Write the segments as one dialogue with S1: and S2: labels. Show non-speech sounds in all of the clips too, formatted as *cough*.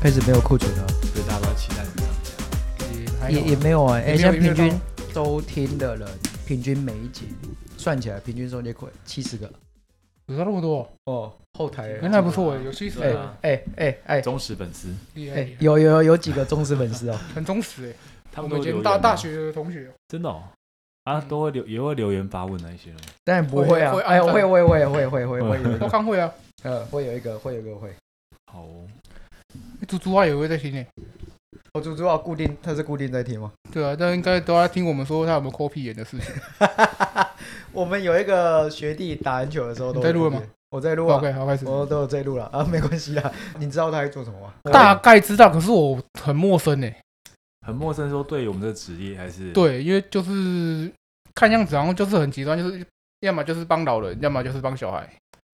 S1: 开始没有库存了，
S2: 所以大家都在期待你上架。
S3: 还
S1: 也
S3: 有
S1: 也没有啊。哎，
S3: 也没有
S1: 现在
S3: 也没
S1: 平
S3: 有
S1: 均周听的人，平均每一集算起来，平均中间快七十个
S3: 有到那么多，
S1: 哦。后台
S3: 原哎来不错，有气势
S2: 对
S1: 哎
S3: 啊，
S2: 啊
S1: 哎哎哎
S2: 忠实粉丝，
S3: 厉害，
S1: 哎
S3: 厉，害
S1: 有有有有几个忠实粉丝哦。 *laughs*
S3: 很忠实哎。
S2: 他
S3: 我
S2: 们
S3: 们
S2: 都
S3: 以
S2: 留言
S3: 前大
S2: 吗
S3: 大学的同学，
S2: 真的哦啊，
S3: 嗯
S2: 都会留也会留言发问那一些吗？
S1: 当然不会啊
S3: 会会，
S1: 哎，
S3: 按赞
S1: 会会会会会会会有一
S3: 都 *laughs*
S1: 个，
S3: 看会啊。
S1: 呃，会有一个会有一个会。
S2: 好哦，
S3: 猪猪啊也会在听诶。
S1: 我哦猪猪要固定，他是固定在听吗？ *laughs*
S3: 对啊，但应该都在听我们说他有没有抠屁眼的事情。
S1: 我们有一个学弟打篮球的时候都
S3: 你在录了吗？
S1: 我在录啊，
S3: OK，好，开始。
S1: 我都有在录了啊，没关系啦。你知道他在做什么吗？
S3: 大概知道，可是我很陌生诶。
S2: 很陌生，说对于我们这个职业还是，
S3: 对，因为就是看样子好像就是很极端，就是要么就是帮老人，要么就是帮小孩。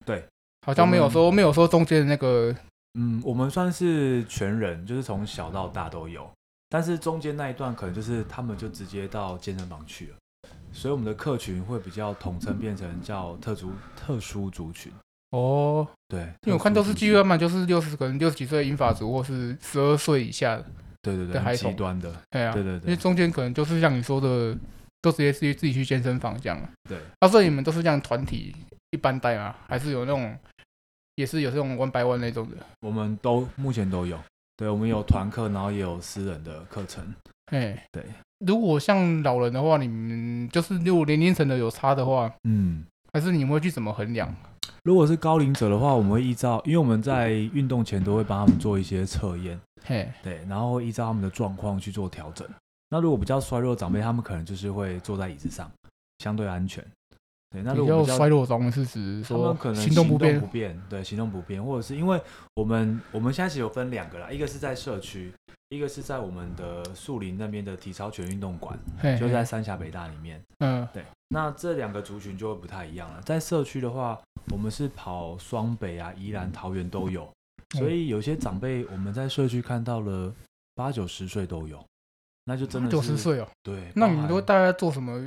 S2: 对，
S3: 好像没有
S2: 我
S3: 说没有说中间的那个
S2: 嗯，我们算是全人，就是从小到大都有，但是中间那一段可能就是他们就直接到健身房去了，所以我们的客群会比较统称变成叫特殊特殊族群。
S3: 哦，
S2: 对，
S3: 因为我看
S2: 特
S3: 都
S2: 殊
S3: 是
S2: 族
S3: 基
S2: 群
S3: 本嘛，就是六十可能六十几岁的银发族，或是十二岁以下的。
S2: 对对对，
S3: 的
S2: 很
S3: 孩
S2: 极
S3: 童
S2: 端的，
S3: 对啊，
S2: 对对
S3: 因为
S2: 对
S3: 中间可能就是像你说的，都直接自己自己去健身房这样。
S2: 对。
S3: 啊，所以你们都是这样团体一般带吗？还是有那种也是有这种 one by one 那种的？
S2: 我们都目前都有，对我们有团课，然后也有私人的课程。
S3: 哎，
S2: 对。
S3: 如果像老人的话，你们就是如果年龄层的有差的话，
S2: 嗯，
S3: 还是你们会去怎么衡量？
S2: 如果是高龄者的话，我们会依照，因为我们在运动前都会帮他们做一些测验，
S3: 嘿，
S2: 对，然后会依照他们的状况去做调整。那如果比较衰弱的长辈，他们可能就是会坐在椅子上，相对安全。对，那
S3: 比
S2: 如果
S3: 较
S2: 比较
S3: 衰弱中是指
S2: 他
S3: 说
S2: 们可能
S3: 行动不便
S2: 不便，对，行动不便，或者是因为我们我们现在其实有分两个啦，一个是在社区，一个是在我们的树林那边的体操拳运动馆，
S3: 嘿，
S2: 就
S3: 嘿
S2: 在三峡北大里面。
S3: 嗯
S2: 那这两个族群就会不太一样了。在社区的话，我们是跑双北啊、宜兰、桃园都有，
S3: 嗯
S2: 所以有些长辈我们在社区看到了八九十岁都有，那就真的是
S3: 九十岁哦，
S2: 对。
S3: 那
S2: 包
S3: 你们
S2: 含
S3: 都大概做什么？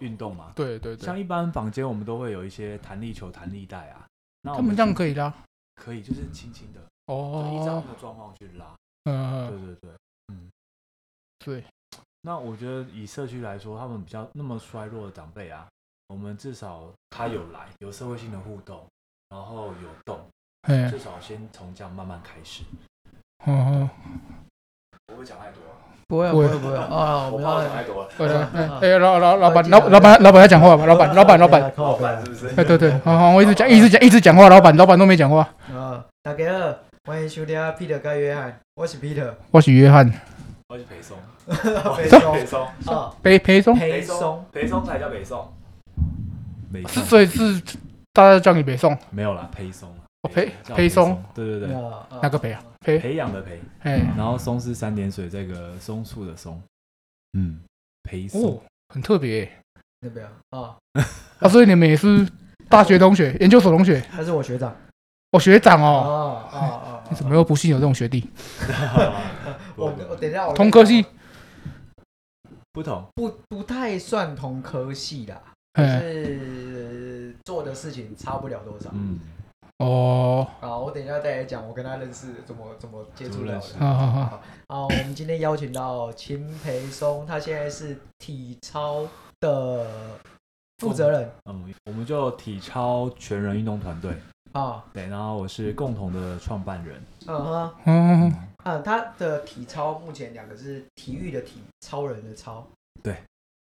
S2: 运动嘛？
S3: 对对
S2: 像
S3: 对，
S2: 一般房间我们都会有一些弹力球、弹力带啊，那我
S3: 他们这样
S2: 以
S3: 可以拉
S2: 可以就是轻轻的，就依照
S3: 哦
S2: 他，们的状况去拉。
S3: 嗯，
S2: 对
S3: 嗯
S2: 对对，嗯，
S3: 对。
S2: 那我觉得以社区来说，他们比较那么衰弱的长辈啊，我们至少他有来，有社会性的互动，然后有动，
S3: 嘿
S2: 至，少先从这样慢慢开始。
S3: 哦哦。
S2: 我会讲太多了，
S1: 不会啊不会不会啊，
S2: 我
S1: 我们
S2: 怕我
S1: 要
S2: 讲太多了。
S3: 对对，哎
S2: 嗯
S1: 啊
S3: 哎，老老老板，
S1: 进来
S3: 老老板，老板要讲话吧，老板，老板，老
S1: 啊
S3: 板，，
S2: 老板是不是？
S3: 哎，对对，好好，我一直讲，一直讲，一直讲话，老板，老板都没讲话。
S1: 啊，大家好，欢迎收听 Peter 跟约翰，我是 Peter，
S3: 我是约翰，
S2: 我要去陪
S3: *laughs*
S2: 送，
S1: 陪
S2: 陪
S1: 松
S2: 送，
S1: 啊，
S3: 陪陪松，
S1: 陪松，
S2: 陪送才叫陪送。没
S3: 是 *laughs* 所以是大家叫你陪松，
S2: 没有啦，陪松啊
S3: 哦陪
S2: 叫
S3: 陪松
S2: 送，对对对，
S1: 啊
S3: 哪个陪啊？？陪，
S2: 培养的培，
S3: 哎，
S2: 然后松是三点水这个松树的松，嗯，陪送 *laughs*
S3: 哦，很特别欸
S1: 那边啊，
S3: 啊，所以你们也是大学同学，研究所同学，
S1: 他是我学长
S3: 哦，学长
S1: 啊
S3: 哦，
S1: 啊啊，
S3: 你怎么又不幸有这种学弟？
S1: 我我等一下，我
S3: 同科系，
S2: 不同，
S1: 不不太算同科系啦，就
S3: 哎，
S1: 是做的事情差不了多少。
S2: 嗯，
S3: 哦，
S1: 好，我等一下再来讲我跟他认识怎么怎么接触到
S2: 怎么认识
S1: 的。
S3: 好好好，
S1: 好，我们今天邀请到秦培松，他现在是体操的负责人
S2: 嗯，我们就体超全人运动团队，
S1: 啊，
S2: 对，然后我是共同的创办人，
S1: 嗯哼，
S3: 哦，
S1: 嗯，他的体操目前两个是体育的体，超人的超，
S2: 对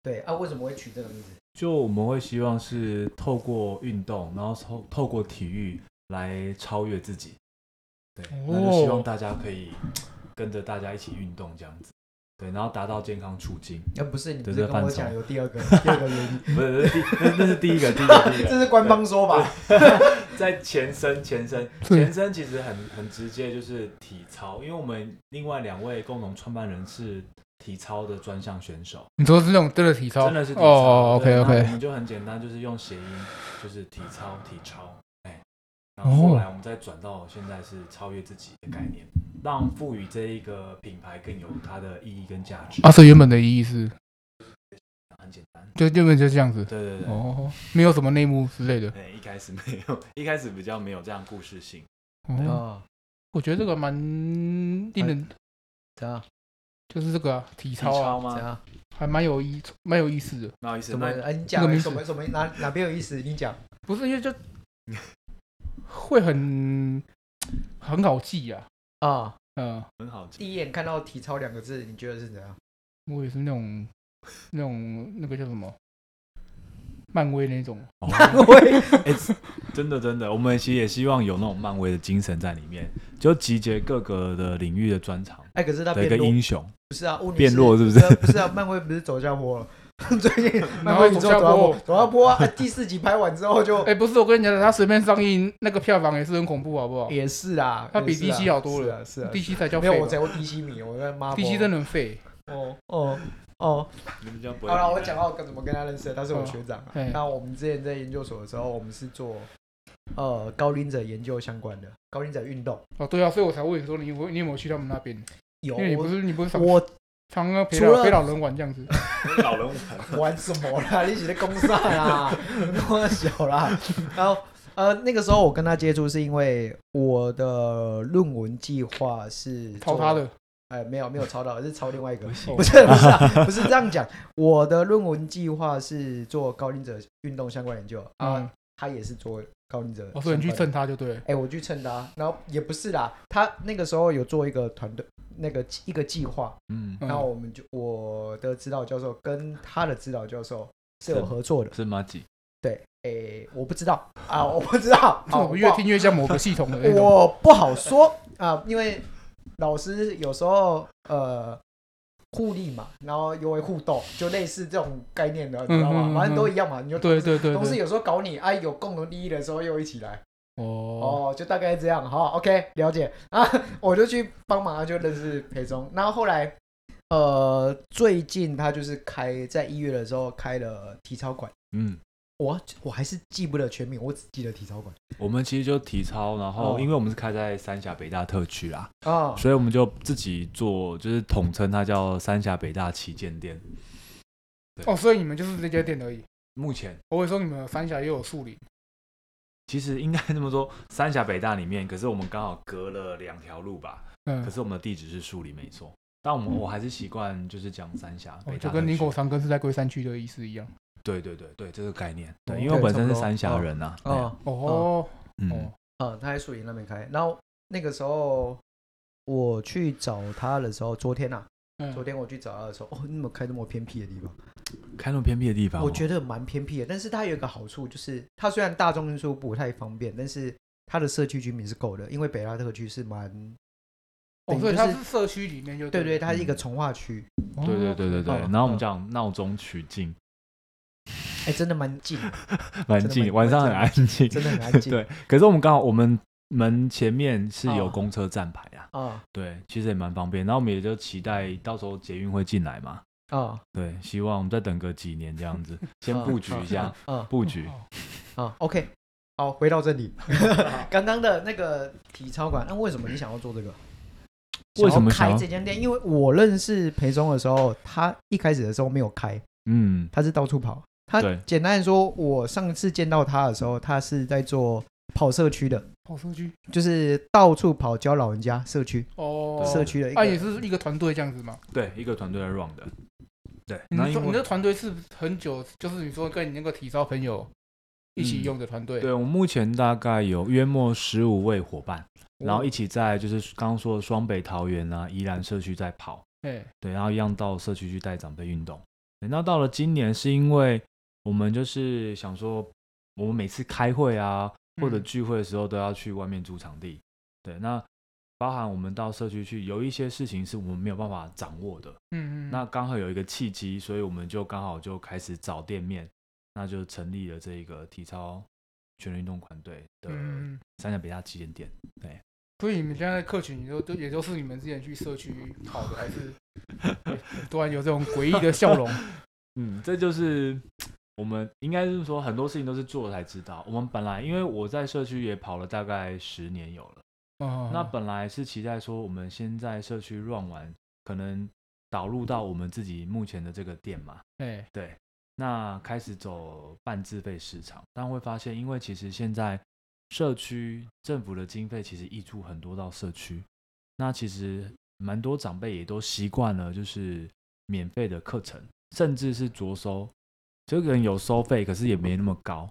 S1: 对啊，为什么会取这个名字？
S2: 就我们会希望是透过运动，然后透透过体育来超越自己，对，那就希望大家可以跟着大家一起运动这样子，对，然后达到健康促进，
S1: 呃，不是，你不
S2: 对
S1: 是
S2: 这
S1: 跟我
S2: 范畴
S1: 讲有第二个第二个原因，
S2: 不是，那那是第一个，第一个，第一个，
S1: *laughs* 这是官方说法。
S2: 在前身，前身，
S3: 对
S2: 前身其实很很直接，就是体操，因为我们另外两位共同创办人是体操的专项选手，
S3: 你说是那种真的体操？
S2: 真的是体操。
S3: 哦
S2: 对
S3: ，OK
S2: 那
S3: OK，
S2: 我们就很简单，就是用谐音，就是体操，体操，哎，然
S3: 哦
S2: 后后来我们再转到现在是超越自己的概念，让赋予这一个品牌更有它的意义跟价值，
S3: 啊，所以原本的意义是，
S2: 很简单。
S3: 就原本就这样子，
S2: 对对对。
S3: 哦，没有什么内幕之类的，
S2: *laughs* 哎，一开始没有，一开始比较没有这样故事性。
S3: 哦。
S1: 啊，
S3: 我觉得这个蛮令人，
S1: 怎样？
S3: 就是这个啊、体
S2: 体
S3: 操啊，
S1: 怎
S2: 操吗？
S1: 样？
S3: 还蛮有意蛮有意思的。
S2: 不好意思，
S1: 什么？
S2: 那
S1: 哎，你
S3: 这个
S1: 讲
S3: 名
S1: 什么什么哪哪边有意思？你讲。
S3: 不是因为就
S1: 嗯
S3: 会很很好记啊，
S1: 啊、
S3: 嗯，
S2: 很好记。
S1: 第一眼看到“体操”两个字，你觉得是怎样？ *laughs*
S3: 我也是那种那种那个叫什么，漫威那种，
S2: 哦哎真的真的，我们其实也希望有那种漫威的精神在里面，就集结各个的领域的专长
S1: 哎，可是他
S2: 的一
S1: 变
S2: 个
S1: 弱，
S2: 英雄。
S1: 不是啊？问题
S2: 变弱是不是
S1: 呃不是啊，漫威不是走下坡了？ *laughs* 最近漫威宇宙走下坡，走下坡啊！哎第四集拍完之后就
S3: 哎、不是我跟你讲，它随便上映那个票房也是很恐怖，好不好
S1: 也是啊，
S3: 它比
S1: 也是啊
S3: DC 好多了
S1: 是啊，是
S3: ？DC 才
S1: 啊。
S3: 叫
S1: 没
S3: 废
S1: 有，我
S3: 吧
S1: 才会 DC 迷，我在妈。
S3: ，DC 真的很废。
S1: 哦哦哦，
S2: 你们这样不会
S1: 好了，我讲到怎么跟他认识的，他是我学长啊
S3: 嗯。
S1: 那我们之前在研究所的时候，我们是做呃高龄者研究相关的高龄者运动，
S3: 哦，对啊，所以我才问你说你有你有没有去他们那边？
S1: 有
S3: 因为你不是你不是常
S1: 哦我
S3: 常常陪
S1: 除
S3: 老
S1: 了
S3: 陪老人玩这样子，
S2: 老人玩，
S1: 玩什么啦？你起在公上 *laughs* 啦，我小啦。然后呃，那个时候我跟他接触是因为我的论文计划是
S3: 抄他，的。
S1: 哎、没有没有抄到，是抄另外一个。
S3: 哦
S1: 不是不是、啊、不是这样讲，我的论文计划是做高龄者运动相关研究啊，
S3: 嗯，
S1: 他也是做高龄者相关的。
S3: 我说你去蹭他就对了。
S1: 哎、我去蹭他，然后也不是啦，他那个时候有做一个团队，那个一个计划，
S2: *laughs* 嗯，
S3: 嗯
S1: 然后我们就我的指导教授跟他的指导教授是有
S2: 是
S1: 合作的。
S2: 是马吉，
S1: 诶、我不知道啊，我不知道，
S3: *laughs* 这
S1: 好，
S3: 种越听越像某个系统的
S1: 我
S3: 那
S1: 不
S3: 种。
S1: 好我不好说啊，因为老师有时候呃互利嘛，然后又会互动，就类似这种概念的，你知道吗？
S3: 嗯嗯嗯
S1: 反正都一样嘛，你就
S3: 对对对
S1: 同事
S3: 对。
S1: 有时候搞你，啊，有共同利益的时候又一起来，
S3: 哦，
S1: 哦，就大概这样，好，OK，了解啊，我就去帮忙，啊就认识裴忠，然后后来。呃，最近他就是开在一月的时候开了体操馆，
S2: 嗯，
S1: 我我还是记不得全名，我只记得体操馆
S2: 我们其实就体操，然后
S1: 哦
S2: 因为我们是开在三峡北大特区啦，
S1: 啊。
S2: 所以我们就自己做，就是统称它叫三峡北大旗舰店。
S3: 哦，所以你们就是这家店而已。
S2: 目前
S3: 我会说你们三峡也有树林，
S2: 其实应该这么说，三峡北大里面，可是我们刚好隔了两条路吧，可
S3: 嗯，
S2: 是我们的地址是树林没错，但我们我还是习惯就是讲三峡
S3: 哦
S2: 北
S3: 就
S2: 大特区，
S3: 跟林口长庚是在龟山区的意思一样。
S2: 对对对对，这个概念，
S1: 哦
S2: 对，因为我
S1: 对
S2: 本身
S1: 差不
S2: 是
S1: 多
S2: 三峡人呐、啊，
S1: 哦
S3: 哦
S2: 对嗯
S3: 哦，
S1: 啊，他在树林那边开。然后那个时候我去找他的时候，昨天啊，昨
S3: 嗯，
S1: 天我去找他的时候，哦，你怎么开这么偏僻的地方？
S2: 开那么偏僻的地方哦、
S1: 我觉得蛮偏僻的，但是它有一个好处，就是它虽然大众运输不太方便，但是它的社区居民是够的，因为北拉特区是蛮，
S3: 哦，
S1: 等于
S3: 所以
S1: 就
S3: 它
S1: 是
S3: 是社区里面就
S1: 对对，
S3: 对了，
S1: 它是一个从化区，
S3: 哦
S2: 对对对对对，
S1: 哦
S2: 然后我
S1: 嗯
S2: 们讲闹中取静，
S1: 哎，真的蛮近的，
S2: *laughs* 蛮
S1: 真的
S2: 静，
S1: 蛮
S2: 晚上很安
S1: *laughs*
S2: 静，
S1: 真的很安静。
S2: 对。可是我们刚好我们门前面是有
S1: 哦
S2: 公车站牌啊，
S1: 啊
S2: 对，其实也蛮方便。然后我们也就期待到时候捷运会进来嘛，
S1: 啊，
S2: 对，希望我们再等个几年这样
S1: *laughs*
S2: 子，先
S1: 啊
S2: 布局一下，
S1: 啊
S2: 布局。
S3: 哦
S1: 啊，OK。好，回到这
S2: *laughs*
S1: 里，刚刚的那个体操馆，那为什么你想要做这个？
S2: 为什么想
S1: 开
S2: 要
S1: 这间店？因为我认识裴松的时候，他一开始的时候没有开，
S2: 嗯，
S1: 他是到处跑。他
S2: 对
S1: 简单的说，我上次见到他的时候，他是在做跑社区的，
S3: 跑哦社区
S1: 就是到处跑教老人家社区、
S3: 哦，
S1: 社区的一个。
S3: 啊，也是一个团队这样子嘛。
S2: 对，一个团队来 run 的，对。
S1: 嗯
S3: 你
S2: 那
S3: 们这
S2: 因
S3: 你
S2: 为
S3: 的团队是很久，就是你说跟你那个体操朋友一起用的团队，
S2: 嗯对我目前大概有约莫十五位伙伴，然后一起在就是刚刚说的双北、桃园啊、宜兰社区在跑。
S3: 哎，
S2: 对，然后一样到社区去带长辈运动。对那到了今年，是因为我们就是想说，我们每次开会啊或者
S3: 嗯
S2: 聚会的时候都要去外面租场地。对，那包含我们到社区去，有一些事情是我们没有办法掌握的。
S3: 嗯嗯，
S2: 那刚好有一个契机，所以我们就刚好就开始找店面，那就成立了这一个体操全人运动团队的
S3: 嗯，嗯
S2: 三峡北大旗舰店。
S3: 所以你们现在的客群，也都都也都是你们之前去社区跑的，还是 *laughs* 突然有这种诡异的笑 *laughs* 容？
S2: 嗯，这就是我们应该是说很多事情都是做了才知道。我们本来因为我在社区也跑了大概十年有了，
S3: 哦，
S2: 那本来是期待说我们先在社区 run 完，可能导入到我们自己目前的这个店嘛，
S3: 哎，
S2: 对，那开始走半自费市场，但会发现因为其实现在社区政府的经费其实溢出很多到社区，那其实蛮多长辈也都习惯了，就是免费的课程，甚至是着收，就可能有收费，可是也没那么高。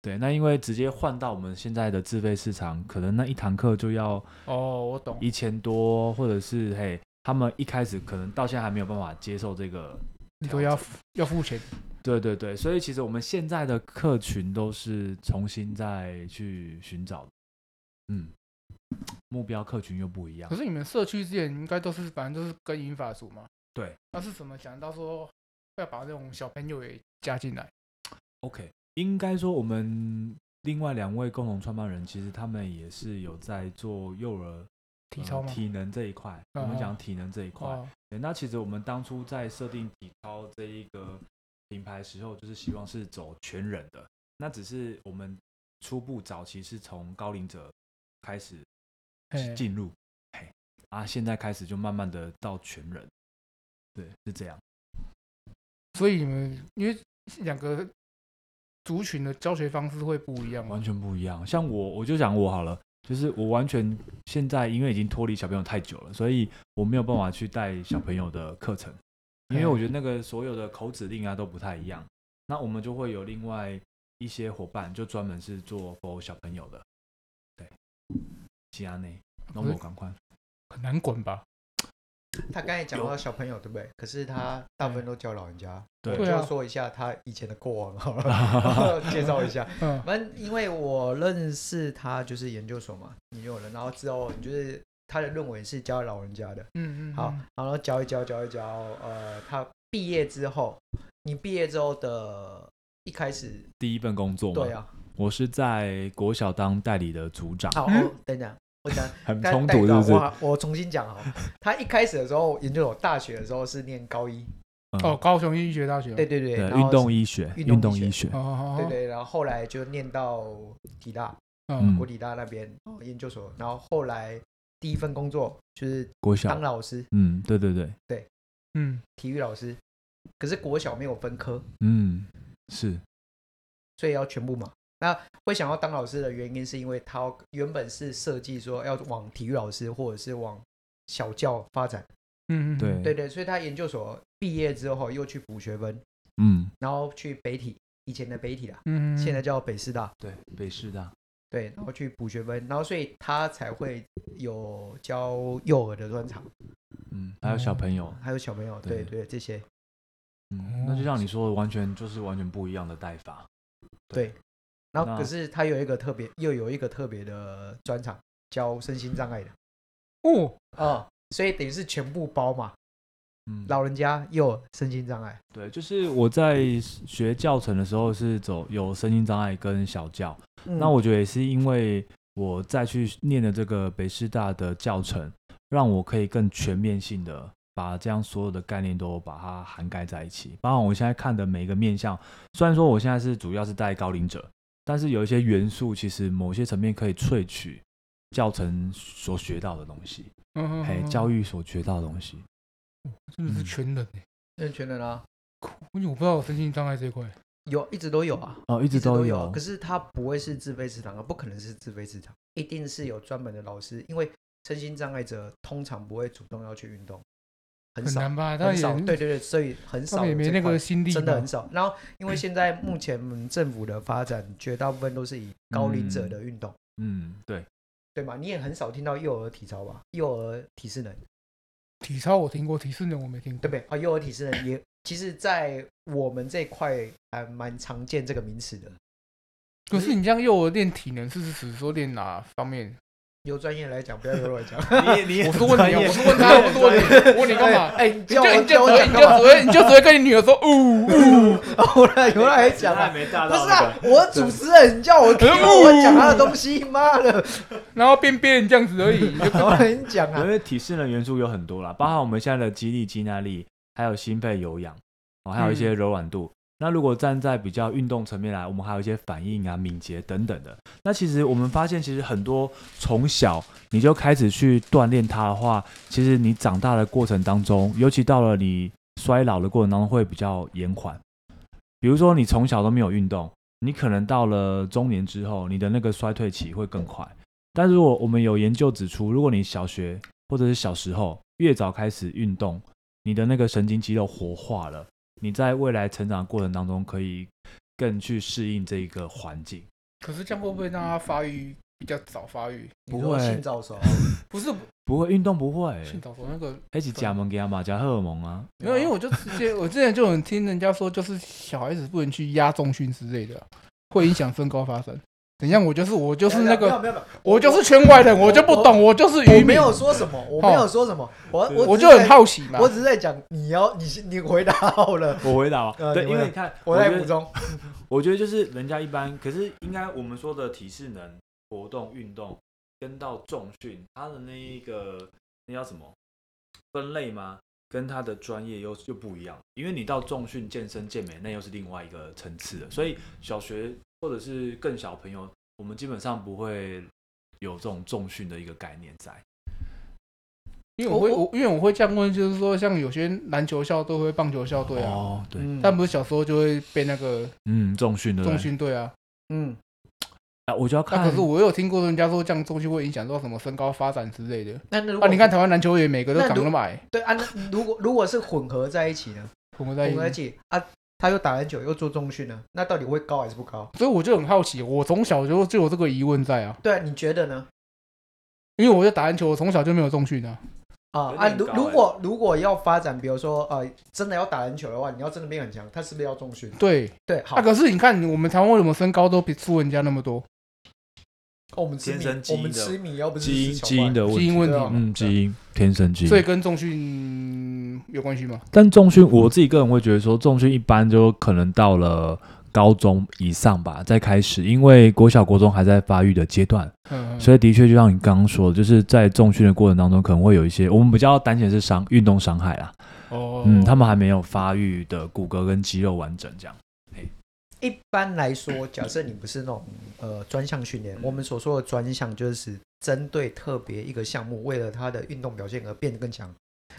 S2: 对，那因为直接换到我们现在的自费市场，可能那一堂课就要
S3: 哦，我懂。
S2: 一千多，或者是嘿，他们一开始可能到现在还没有办法接受这个。
S3: 你都要付要付钱，
S2: 对对对，所以其实我们现在的客群都是重新再去寻找的，嗯，目标客群又不一样
S3: 可。是你们社区之前应该都是反正都是跟银发族嘛。
S2: 对。
S3: 那是怎么想到说要把这种小朋友也加进来？
S2: OK，应该说我们另外两位共同创办人，其实他们也是有在做幼儿
S3: 嗯体
S2: 呃
S3: 操吗？
S2: 体能这一块。我
S3: 嗯
S2: 们
S3: 嗯
S2: 讲体能这一块，
S3: 哦，
S2: 对，那其实我们当初在设定体操这一个品牌时候，就是希望是走全人的。那只是我们初步早期是从高龄者开始
S1: 哎
S3: 嘿
S2: 进入，嘿啊，现在开始就慢慢的到全人，对，是这样。
S3: 所以你们因为两个族群的教学方式会不一样
S2: 完
S3: 吗？
S2: 全不一样。像我，我就讲我好了，就是我完全现在因为已经脱离小朋友太久了，所以我没有办法去带小朋友的课程，因为我觉得那个所有的口指令啊都不太一样。那我们就会有另外一些伙伴，就专门是做 for 小朋友的，对，吉安内，那
S3: 不
S2: 我
S1: 嗯
S3: 是
S2: 赶快。
S3: 很难滚吧？
S1: 他刚才讲
S2: 有
S1: 到小朋友对不对？可是他大部分都教老人家。
S2: 对
S1: 我
S3: 对啊
S1: 就说一下他以前的过往好了，
S2: *laughs*
S1: *laughs* 介绍一下。
S3: 嗯，
S1: 反正因为我认识他就是研究所嘛，研究人，然后之后就是他的论文是教老人家的。
S3: 嗯嗯，
S1: 好
S3: 嗯，
S1: 然后教一教，教一教，呃，他毕业之后，你毕业之后的一开始，
S2: 第一份工作嘛，
S1: 对啊，
S2: 我是在国小当代理的组长，
S1: 好，
S3: 嗯
S1: 哦，等一下，我讲
S2: 很
S1: 但
S2: 冲
S1: 但
S2: 突是
S1: 啊
S2: 不是？
S1: 我我重新讲哦，他一开始的时候，研究所大学的时候是念高一，
S2: 嗯
S3: 哦，，高雄医学大学。
S1: 对对对，
S2: 对，
S1: 然后
S2: 运动医学，
S1: 运动
S2: 运
S1: 医
S2: 动
S1: 学嗯
S2: 医学
S3: 哦，，哦，哦
S1: 对，对，然后后来就念到体大，
S3: 嗯，
S1: 国体大那边哦研究所，然后后来第一份工作就是
S2: 国小
S1: 当，老师，
S2: 嗯，对对对，
S3: 嗯，
S1: 体育老师，可是国小没有分科，
S2: 嗯，是，
S1: 所以要全部嘛。那会想要当老师的原因，是因为他要原本是设计说要往体育老师或者是往小教发展，
S3: 嗯嗯，嗯
S2: 对，
S1: 对，对，所以他研究所毕业之后又去补学分，
S2: 嗯，
S1: 然后去北体，以前的北体啦，
S3: 嗯，嗯
S1: 现在叫北师大，
S2: 对，北师大，
S1: 对，然后去补学分，然后所以他才会有教幼儿的专场，
S2: 嗯，还有小朋友，
S1: 还有小朋友，对
S2: 对
S1: 对这些，
S2: 嗯，那就像你说的，完全就是完全不一样的带法，
S1: 对，然后
S2: 那
S1: 可是他有一个特别，又有一个特别的专场，教身心障碍的
S3: 哦，
S1: 啊、所以等于是全部包嘛。
S2: 嗯，
S1: 老人家又有身心障碍，
S2: 对，就是我在学教程的时候是走有身心障碍跟小教，
S1: 嗯
S2: 那我觉得也是因为我再去念的这个北师大的教程，让我可以更全面性的把这样所有的概念都把它涵盖在一起。包括我现在看的每一个面向，虽然说我现在是主要是带高龄者，但是有一些元素其实某些层面可以萃取教程所学到的东西，
S3: 嗯，
S2: 嘿，
S3: 育
S2: 哎教育所学到的东西。
S3: 真的是
S2: 嗯
S3: 全能欸
S1: 认全人啊，
S3: 我我不知道我身心障碍这一块，
S1: 有一直都有啊，
S2: 哦，一直
S1: 一直都
S2: 都
S1: 有。
S2: 有
S1: 可，是它不会是自费市场啊，不可能是自费市场，一定是有专门的老师，因为身心障碍者通常不会主动要去运动，很
S3: 很
S1: 少，
S3: 难吧？他
S1: 很少。
S3: 也
S1: 对对对，所以很
S3: 他
S1: 少
S3: 们也
S1: 有这
S3: 没那
S1: 块
S3: 个心力吧，
S1: 真的很少。然后，因为现在目前我们政府的发展，绝大部分都是以高龄者的运动，
S2: 嗯，对，
S1: 对吗？你也很少听到幼儿体操吧？幼儿体适能，
S3: 体操我听过，体适能我没听过
S1: 对不。对？啊，幼儿体适能也，其实，在我们这一块还蛮常见这个名词的。
S3: 可是你这样幼儿练体能，是指说练哪方面？
S1: 由专业来讲，不要由
S3: *laughs*
S1: 我讲。
S2: 你你
S3: 我是问你啊，我是问他，我是问你，我问你干嘛？
S1: 哎，你
S3: 你
S1: 叫
S3: 就
S1: 我
S3: 你就
S1: 叫我讲干嘛
S3: 只会你就只？会你就只会跟你女儿说呜呜，
S1: 后来由来
S2: *laughs*
S1: 讲
S3: *laughs*
S1: 啊，
S2: 没大
S1: 不是啊，我主持人，你叫我听我讲他的东西，妈的，
S3: 然后便便这样子
S1: *laughs*
S3: 而已。就
S1: 我跟你讲
S2: 因
S3: *laughs*
S1: 啊，
S2: 为体适能元素有很多啦，包含我们现在的肌力、肌耐力，还有心肺有氧，哦，还有一些柔软度。那如果站在比较运动层面来，我们还有一些反应啊、敏捷等等的。那其实我们发现，其实很多从小你就开始去锻炼它的话，其实你长大的过程当中，尤其到了你衰老的过程当中，会比较延缓。比如说你从小都没有运动，你可能到了中年之后，你的那个衰退期会更快。但如果我们有研究指出，如果你小学或者是小时候越早开始运动，你的那个神经肌肉活化了，你在未来成长过程当中可以更去适应这一个环境。
S3: 可是这样会不会让他发育比较早发育？
S1: 你说
S2: 不会
S1: 性早熟，
S3: 不是
S2: 不会运动不会，
S3: 性早熟那个
S2: 一起加盟给他嘛，加荷尔蒙啊，
S1: *laughs*
S3: 没有，因为我就直接我之前就有听人家说，就是小孩子不能去压重训之类的啊，会影响身高发展。等一下，我就是我就是那
S1: 没有
S3: 个
S1: 没有没有，
S3: 我就是圈外人，
S1: 我
S3: 我就不懂，我就是
S1: 我
S3: 愚
S1: 没
S3: 民，哦
S1: 有说什么，我没有说什么，我我
S3: 我
S1: 只
S3: 就是很
S1: 在，
S3: 好奇嘛。
S1: 我只是在讲你要你你回答好了，
S2: 我回答吧。
S1: 呃
S2: 对，
S1: 你
S2: 因
S1: 回答
S2: 为你看，
S1: 我
S2: 觉
S1: 在
S2: 得
S1: 补充。
S2: 我觉得就是人家一般，可是应该我们说的体适能活动运动跟到重训，它的那一个那叫什么分类吗？跟他的专业又又不一样，因为你到重训、健身、健美，那又是另外一个层次了。所以小学或者是更小朋友，我们基本上不会有这种重训的一个概念在。
S3: 因为我会
S1: 我
S3: 我因为我会这样问，就是说像有些篮球校队会棒球校队啊，
S2: 哦，对，
S1: 嗯
S3: 但不是小时候就会被那个
S2: 嗯，重训的
S3: 重，训队啊。
S1: 嗯，
S2: 啊，我就要看。
S3: 那可是我有听过人家说这样重训会影响到什么身高发展之类的。
S1: 那那如
S3: 啊，
S1: 果
S3: 你看台湾篮球也每个都
S1: 那
S3: 长
S1: 如
S3: 那么矮，
S1: 对啊，那如果如果是混合在一起呢？
S3: 我们在
S1: 混
S3: 一
S1: 合在一
S3: 起，
S1: 起啊，他又打篮球又做重训呢，那到底会高还是不高？
S3: 所以我就很好奇，我从小就就有这个疑问在啊，
S1: 对啊，你觉得呢？
S3: 因为我在打篮球，我从小就没有重训啊。
S1: 啊
S2: 有
S1: 啊，
S2: 点
S1: 如
S2: 高
S1: 如
S2: 欸
S1: 果如果要发展，比如说呃，真的要打篮球的话，你要真的变很强，他是不是要重训？
S3: 对，
S1: 对，好
S3: 啊，，可是你看我们台湾为什么身高都比输人家那么多？
S1: 哦我们吃
S2: 天
S1: 米
S2: 生，基
S1: 我
S2: 因
S1: 们
S2: 的
S1: 吃米，要不是
S2: 基因
S1: 吃小
S2: 基因
S1: 麦
S2: 的问
S3: 基因
S2: 题，
S3: 问题
S1: 对啊
S3: 嘛，
S2: 嗯，基因天生基因。
S3: 所以跟重训有关系吗？
S2: 但重训，我自己个人会觉得说，重训一般就可能到了高中以上吧，再开始，因为国小、国中还在发育的阶段，
S3: 嗯，
S2: 所以的确就像你刚刚说的，就是在重训的过程当中，可能会有一些我们比较担心的是伤运动伤害啦，
S3: 哦，
S2: 嗯，他们还没有发育的骨骼跟肌肉完整这样。
S1: 一般来说，假设你不是那种呃专项训练，我们所说的专项就是针对特别一个项目，为了它的运动表现而变得更强。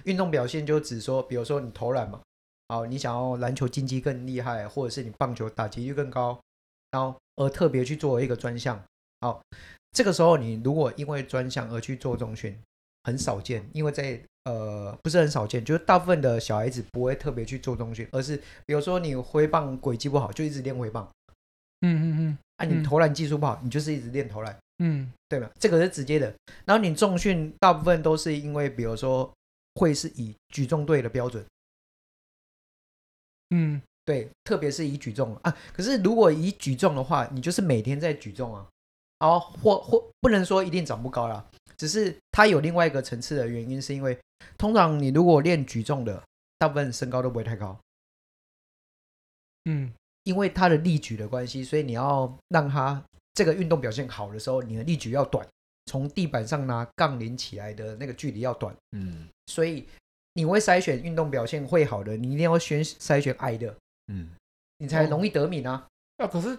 S1: 运动表现就只说，比如说你投篮嘛，好，你想要篮球竞技更厉害，或者是你棒球打击率更高，然后而特别去做一个专项。好，这个时候你如果因为专项而去做重训，很少见，因为在呃不是很少见，就是大部分的小孩子不会特别去做重训，而是比如说你挥棒轨迹不好，就一直练挥棒；
S3: 嗯嗯
S1: 啊，
S3: 嗯
S1: 你投篮技术不好，你就是一直练投篮，
S3: 嗯
S1: 对吧？这个是直接的。然后你重训大部分都是因为，比如说会是以举重队的标准，
S3: 嗯
S1: 对，特别是以举重啊。可是如果以举重的话，你就是每天在举重啊，然后或或不能说一定长不高啦，只是它有另外一个层次的原因，是因为通常你如果练举重的，大部分身高都不会太高。
S3: 嗯
S1: 因为他的力举的关系，所以你要让他这个运动表现好的时候，你的力举要短，从地板上拿杠铃起来的那个距离要短，
S2: 嗯
S1: 所以你会筛选运动表现会好的，你一定要先筛选矮的，
S2: 嗯，
S1: 你才容易得名啊。
S3: 嗯，啊，可是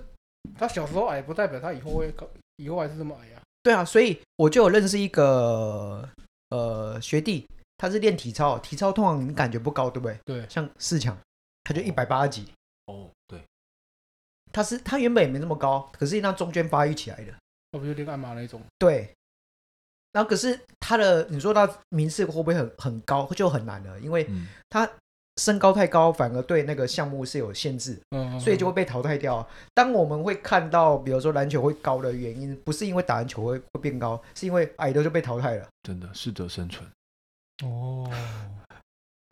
S3: 他小时候矮不代表他以后会高，以后还是这么矮啊。
S1: 对啊，所以我就有认识一个呃学弟，他是练体操，体操通常你感觉不高，对不对？
S3: 对
S1: 像四强，他就一百八几，
S2: 哦，对，
S1: 他是他原本也没那么高，可是那中间发育起来的。
S3: 我不就练鞍马那种？
S1: 对，然后可是他的，你说他名次会不会很很高，就很难了，因为
S2: 嗯，
S1: 身高太高，反而对那个项目是有限制，
S3: 嗯，
S1: 所以就会被淘汰掉啊。当我们会看到，比如说篮球会高的原因，不是因为打篮球会会变高，是因为矮的就被淘汰了，
S2: 真的适者生存。
S1: *laughs*
S3: 哦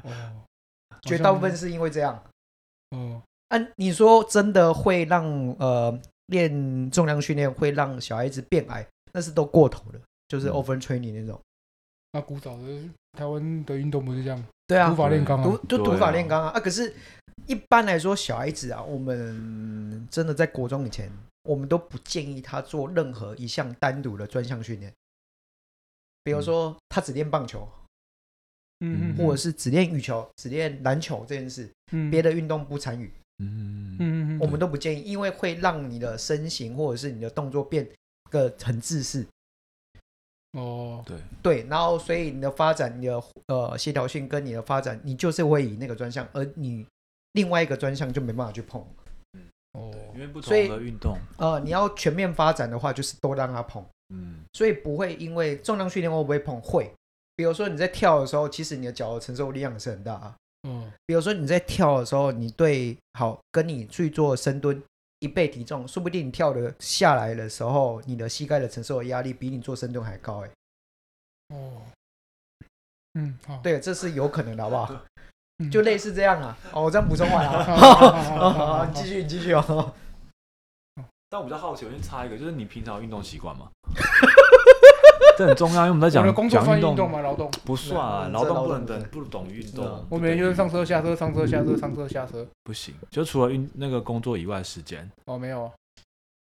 S3: 哦，
S1: 绝大部分是因为这样。
S3: 嗯
S1: 啊，你说真的会让呃练重量训练会让小孩子变矮，那是都过头了，就是
S2: 嗯
S1: over training 那种。
S3: 那古早的台湾的运动不是这样，
S1: 对啊
S3: 土，法炼钢
S1: 读
S3: 啊。
S1: 就
S2: 对
S1: 读法
S2: 啊
S1: 炼钢啊啊！可是，一般来说，小孩子啊，我们真的在国中以前，我们都不建议他做任何一项单独的专项训练，比如说他只练棒球，
S3: 嗯，
S1: 或者是只练羽球、只练篮球这件事，别
S3: 别
S1: 的运动不参与，
S2: 嗯
S3: 嗯嗯
S1: 我们都不建议，因为会让你的身形或者是你的动作变个很自私。
S3: 哦
S2: 对，
S1: 对，然后所以你的发展、你的呃协调性跟你的发展，你就是会以那个专项，而你另外一个专项就没办法去碰。
S3: 哦，
S2: 对，因为不同
S1: 所以
S2: 的运动，
S1: 呃，你要全面发展的话，就是都让他碰，
S2: 嗯，
S1: 所以不会因为重量训练会不会碰会。比如说你在跳的时候，其实你的脚的承受力量是很大、啊。
S3: 嗯，
S1: 比如说你在跳的时候，你对好跟你去做深蹲一倍体重，说不定你跳的下来的时候，你的膝盖的承受的压力比你做深蹲还高、欸。哎，
S3: 哦，嗯，好，
S1: 对，这是有可能的，好不好？
S3: 嗯，
S1: 就类似这样啊。哦，我这样补充完了
S3: 好好好好好
S1: 啊。
S3: 好
S1: 你继续，你继续哦。
S2: 但我比较好奇，我先插一个，就是你平常有运动习
S3: *laughs*
S2: 惯吗？这很重要，因为我们在
S3: 我
S2: 讲
S3: 的工作
S2: 讲
S3: 算
S2: 运
S3: 运动吗？劳动，
S2: 不算啊，
S1: 对
S2: 劳动不能
S1: 这劳动
S2: 等不懂运
S1: 是啊
S2: 动，
S3: 我每天就是上车下车，上车下
S1: 嗯
S3: 车，上车下车。
S2: 不行，就除了运那个工作以外的时间，
S3: 哦，没有，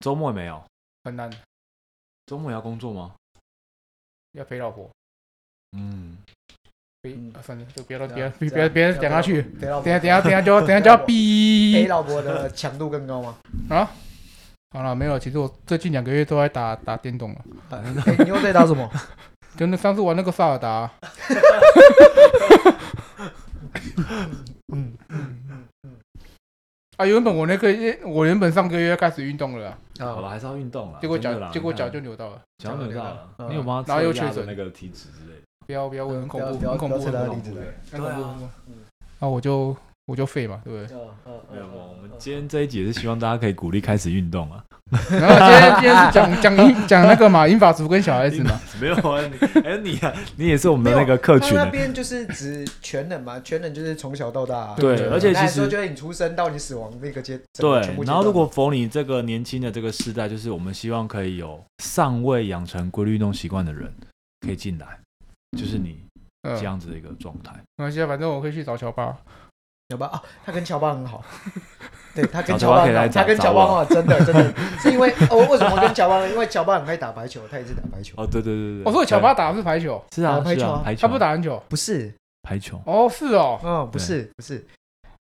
S2: 周末也没有，
S3: 很难，
S2: 周末也要工作吗？
S3: 要陪老婆，
S2: 嗯，
S3: 陪
S1: 嗯
S3: 啊算了，就不要了，
S1: 对啊
S3: 不要，
S1: 这
S3: *laughs* 别
S1: 样
S3: 别
S1: 这
S3: 别
S1: 样
S3: 讲下去。
S1: 等老
S3: 等一下等一下等一
S1: *laughs*
S3: 下就要等一下就要
S1: 陪
S3: 逼。
S1: 老婆的强度更高
S3: *laughs*
S1: 吗？ *laughs*
S3: 好了，没有，其实我最近两个月都在打打电动了，
S1: 哎你又在打什么？
S3: 就那上次玩那个萨尔达，
S1: 嗯嗯嗯嗯。
S3: 啊，原本我那个月，我原本上个月要开始运动了啊，
S2: 好
S1: 啊，
S2: 了，还是要运动了。
S3: 结果
S2: 真的啦
S3: 脚结果
S2: 你看
S3: 脚就扭到了，
S2: 脚扭到了，
S1: 嗯
S2: 你有帮他
S3: 然后又
S2: 测压
S3: 缺
S2: 的
S3: 水
S2: 那个体脂之类的，
S3: 不要不要，我很恐怖，
S1: 不要
S3: 很恐怖，
S1: 不要扯到
S3: 很
S1: 体
S3: 恐
S1: 脂
S3: 怖，
S2: 对
S3: 很
S2: 对
S3: 恐怖很
S2: 啊
S3: 恐。怖。
S1: 嗯
S3: 然后我就我就废嘛，对不对？
S1: 嗯嗯
S2: 没有没有，我
S1: 嗯
S2: 们今天这一集也是希望大家可以鼓励开始运动啊。
S3: 然后今天今天
S2: *laughs*
S3: 是讲讲英讲那个嘛，英法族跟小孩子嘛，
S2: 没有啊，你 *laughs* 哎你啊，你也是我们的那个客群
S1: 他那
S2: 欸。
S1: 边就是指全能嘛，全能就是从小到大啊、
S2: 对
S3: 对
S2: 而且
S1: 那
S2: 其
S1: 时候就
S2: 实
S1: 是你出生到你死亡那个阶，整个全部
S2: 对，
S1: 阶
S2: 然后
S1: 段
S2: 如果逢你这个年轻的这个世代，就是我们希望可以有尚未养成规律运动习惯的人可以进来，就是你
S3: 嗯，
S2: 这
S3: 没
S2: 样子的一个状态。
S3: 关系啊，反正我会去找乔巴。
S1: 有吧？啊，他跟乔巴很好，对他跟
S2: 找
S1: 乔
S2: 乔巴
S1: 巴
S2: 可以
S1: 很好，
S2: 来找
S1: 他跟乔巴很好，真的真的是因为哦，为什么跟乔巴？因为乔巴很爱打排球，他也是打排球，
S2: 哦，对对对对，
S3: 我说乔巴打的是排球，
S2: 是啊
S1: 打排
S2: 是
S1: 球
S2: 啊
S1: 啊，
S2: 排
S3: 他
S2: 球
S3: 不打篮球。
S1: 不是，
S2: 排球啊
S3: 哦，是
S2: *laughs*
S3: 哦，
S1: 哦，不是不是，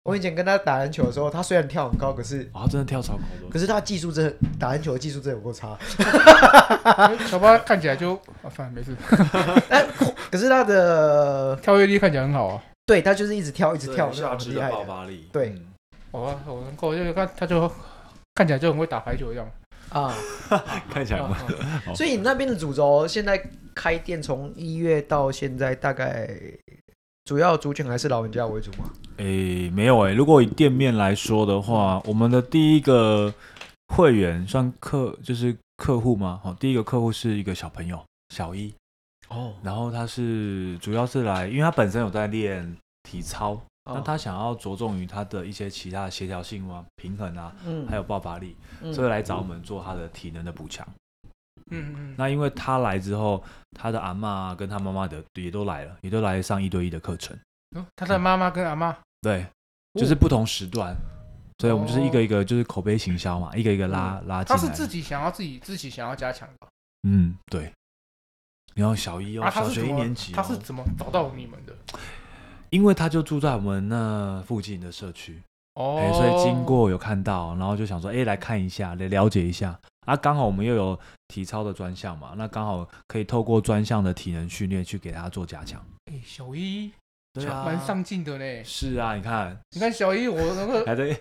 S1: 我以前跟他打篮球的时候，他虽然跳很高，可是
S2: 啊，真的跳槽好多
S1: 可。是他技术真的打篮球的技术真的有够差，
S3: 乔巴看起来就啊，算了，没事，
S1: 但可是他的
S3: 跳跃力看起来很好啊。
S1: 对他就是一直跳一直跳，
S2: 对下
S1: 是很厉
S2: 肢的
S1: 害
S2: 爆
S1: 的
S2: 发力，
S1: 对
S2: 嗯，
S3: 我哦我能够就看他就看起来就很会打排球一样。哦
S1: 啊。
S2: 看起来 *laughs* 嘛，好
S1: 所以你那边的主轴现在开店从一月到现在，大概主要族群还是老人家为主嘛？
S2: 诶，哎没有诶。如果以店面来说的话，我们的第一个会员算客就是客户吗？好，第一个客户是一个小朋友小一，
S1: 哦，
S2: 然后他是主要是来，因为他本身有在练体操，
S1: 哦
S3: 哦
S2: 那、他想要着重于他的一些其他的协调性啊、平衡啊，
S1: 嗯
S2: 还有爆发力，
S1: 嗯
S2: 所以来找我们做他的体能的补强。
S3: 嗯嗯
S2: *laughs*
S3: 嗯，
S2: 那因为他来之后，他的阿嬷啊跟他妈妈的也都来了，也都来上一对一的课程，
S3: 哦他的妈妈跟阿妈
S2: 对，
S3: 哦
S2: 就是不同时段。所以我们就是一个一个就是口碑行销嘛，一个一个拉、拉进
S3: 嗯他
S2: 来。
S3: 是自己想要自己自己想要加强的，
S2: 嗯，对。然后小一哦，
S3: 啊，他
S2: 小
S3: 是
S2: 学
S3: 怎
S2: 一
S3: 么
S2: 年级、哦，
S3: 他是怎么找到你们的？
S2: 因为他就住在我们那附近的社区，哎、
S3: 哦，
S2: 所以经过有看到，然后就想说，哎、来看一下，来了解一下。啊，刚好我们又有体操的专项嘛，那刚好可以透过专项的体能训练去给他做加强。
S3: 哎小一
S2: 对啊，
S3: 蛮上进的嘞。
S2: 是啊，你看
S3: 你看小一，我那个
S2: 还在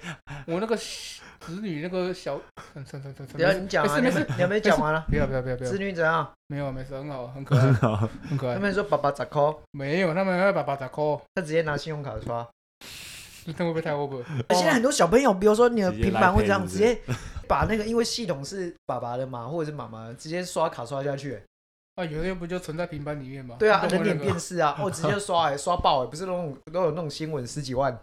S3: 我那个子女那个小，嗯，算算算算，
S1: 等一下你讲
S2: *laughs*
S1: 啊，
S3: 没
S1: 你
S3: 事没
S1: 们
S3: 事，
S1: 你还没讲完了。啊
S3: 不要不要不要不要
S1: 子，女怎样？
S3: 没有没事，很好，很
S2: *laughs*
S3: 可
S2: 很
S3: 爱，
S2: 好，
S3: 很可
S1: 他
S3: 爱。
S1: 们说爸爸咋抠，
S3: 没有，他们要把把打 call，
S1: 他直接拿信用卡刷。
S2: 哦
S3: 这会不会太 over？
S1: 现在很多小朋友，比如说你的
S2: 直接
S1: 平板
S2: 赖
S1: 会这样，
S2: 配是
S1: 直
S2: 不是
S1: 接把那个因为系统是爸爸的嘛，或者是妈妈的，直接刷卡刷下去。
S2: 哦
S3: 啊，有些不就存在平板里面吗？
S1: 对啊，
S3: 你
S1: 人
S3: 懂我那
S1: 脸
S3: 个
S1: 辨识啊，哦，直接刷哎，刷爆哎，不是那种都有那种新闻十几万，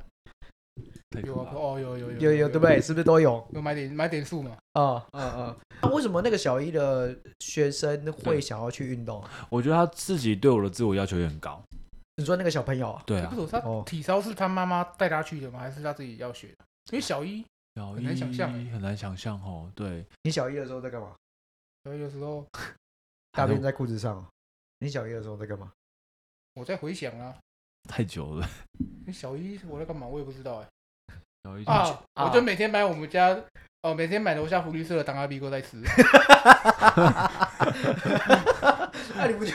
S2: 太
S3: 有
S2: 酷
S3: 啊，
S2: 了
S3: 哦有有有
S1: 有有对不对？？是不是都有？
S3: 有买点买点数嘛？
S1: 啊啊啊！那为什么那个小一的学生会
S2: 对
S1: 想要去运动啊？
S2: 我觉得他自己对我的自我要求也很高。
S1: 你说那个小朋友啊，
S2: 对啊
S3: 不，是，他
S1: 哦
S3: 体操是他妈妈带他去的吗？还是他自己要学的？因为小一
S2: 小
S3: 很难想象
S2: 一很难想象哦。对，
S1: 你小一的时候在干嘛？
S3: 小一的时候，
S1: 大
S2: 还
S1: 便
S2: 是
S1: 在裤子上啊。你小一的时候在干嘛？
S3: 我在回想啊，
S2: 太久了。
S3: 你小一我在干嘛？我也不知道哎。
S2: 小一
S3: 啊，
S1: 啊
S3: 我就每天买我们家。哦，每天买楼下福利社的当阿 B 哥在吃。
S1: 那你不就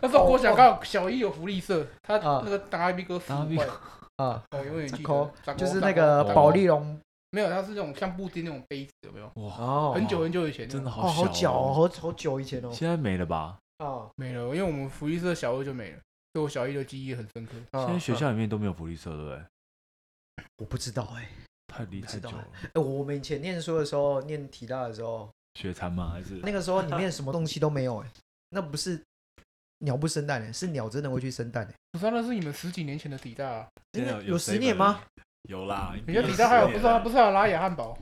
S3: 那时候我想到小一有福利社，他
S1: 哦啊
S3: 那个当阿 B 哥十
S2: 当阿
S3: 五
S2: B
S3: 块，
S2: 哥
S1: 啊？
S3: 我永远记
S1: 扣
S3: 得，
S1: 就是
S3: 长
S1: 那
S3: 高
S1: 个
S2: 哦
S1: 保利龙
S3: 没有，它是那种像布丁那种杯子，有没有？
S2: 哇，
S1: 哦，
S3: 很久很久以前那种
S2: 真的
S1: 哦，
S2: 好
S1: 好
S2: 小
S1: 久哦，好好久以前哦，
S2: 现在没了吧？
S1: 啊
S3: 没了，因为我们福利社小二就没了，所以我小一的记忆很深刻。哦
S1: 啊
S2: 现在学
S1: 啊
S2: 校里面都没有福利社，对不对？
S1: 我不知道哎，
S2: 太离
S1: 不
S2: 太
S1: 知
S2: 久
S1: 道
S2: 了，
S1: 哎，我们以前念书的时候，念体大的时候，
S2: 学餐吗？还
S1: *laughs*
S2: 是
S1: 那个时候里面什么东西都没有哎，那不是鸟不生蛋哎，是鸟真的会去生蛋哎，
S3: 不是啊，那是你们十几年前的底大、啊，
S2: 现在
S1: 真的
S2: 有
S1: 有十年吗？
S2: 7-Eleven？有啦，
S3: 人家底大还有不是啊，不
S2: 是
S3: 是还有拉雅汉堡，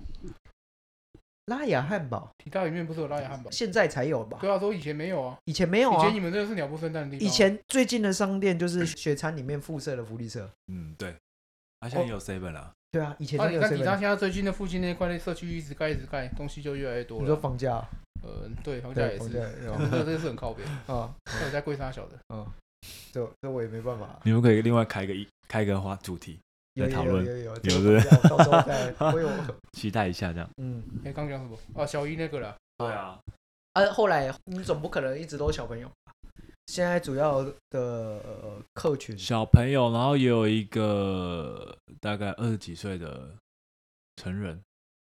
S1: 拉雅汉堡
S3: 底大里面不是有拉雅汉堡？
S1: 现在才有吧？
S3: 对啊，说以前没有啊，
S1: 以前没有
S3: 以
S1: 啊
S3: 前。你们真的是鸟不生蛋的地方。啊
S1: 以前最近的商店就是雪餐里面附设的福利社。
S2: 嗯对，啊现在也
S3: 哦
S2: 有 seven 啦，
S1: 对啊，以前
S3: 那
S1: 那
S3: 哦你
S1: 个
S3: 看
S1: 7-Eleven
S3: 底大现在最近的附近那一块社区一直盖一直盖，东西就越来越多
S1: 你
S3: 了
S1: 说。房价啊
S3: 呃，对，房价
S1: 对
S3: 也
S1: 房
S3: 是
S1: 价，
S3: *laughs* 这个真的是很靠边，
S1: 啊，
S3: 还有在贵沙小的。
S1: 这这我也没办法。
S2: 你们可以另外开一个一开一个话主题，
S1: 有
S2: 来
S1: 有
S2: 讨
S1: 有
S2: 论
S1: 有有，
S2: 有
S1: 这
S2: 是
S1: 个房价到时候再
S2: *laughs*
S1: 我有
S2: 期待一下这样。
S1: 嗯
S3: 哎，刚讲什么？啊，小一那个啦，
S2: 对啊，
S1: 啊，后来你总不可能一直都是小朋友吧。现在主要的呃客群
S2: 小朋友，然后也有一个大概二十几岁的成人，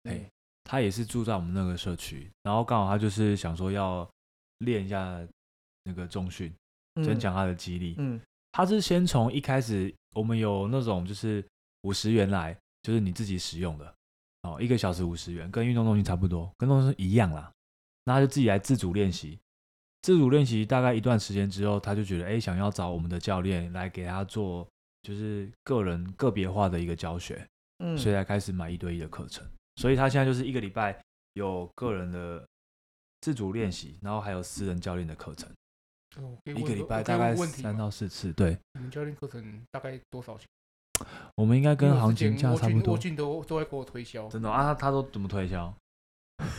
S2: 哎、
S1: 嗯
S2: 他也是住在我们那个社区，然后刚好他就是想说要练一下那个重训，增强他的肌力。
S1: 嗯
S2: 他是先从一开始我们有那种就是五十元来，就是你自己使用的哦，一个小时五十元，跟运动中心差不多，跟运动中心一样啦。那他就自己来自主练习，自主练习大概一段时间之后，他就觉得哎、诶想要找我们的教练来给他做就是个人个别化的一个教学，
S1: 嗯
S2: 所以才开始买一对一的课程。所以他现在就是一个礼拜有个人的自主练习，然后还有私人教练的课程，
S3: 哦
S2: 一个礼拜大概三。
S3: 我可以问我可以问问题吗
S2: 到四次。对，
S3: 你们教练课程大概多少钱？
S2: 我们应该跟行情价差不
S3: 因为我
S2: 多
S3: 之前沃。俊都都在给我推销，
S2: 真的哦啊，他他都怎么推销？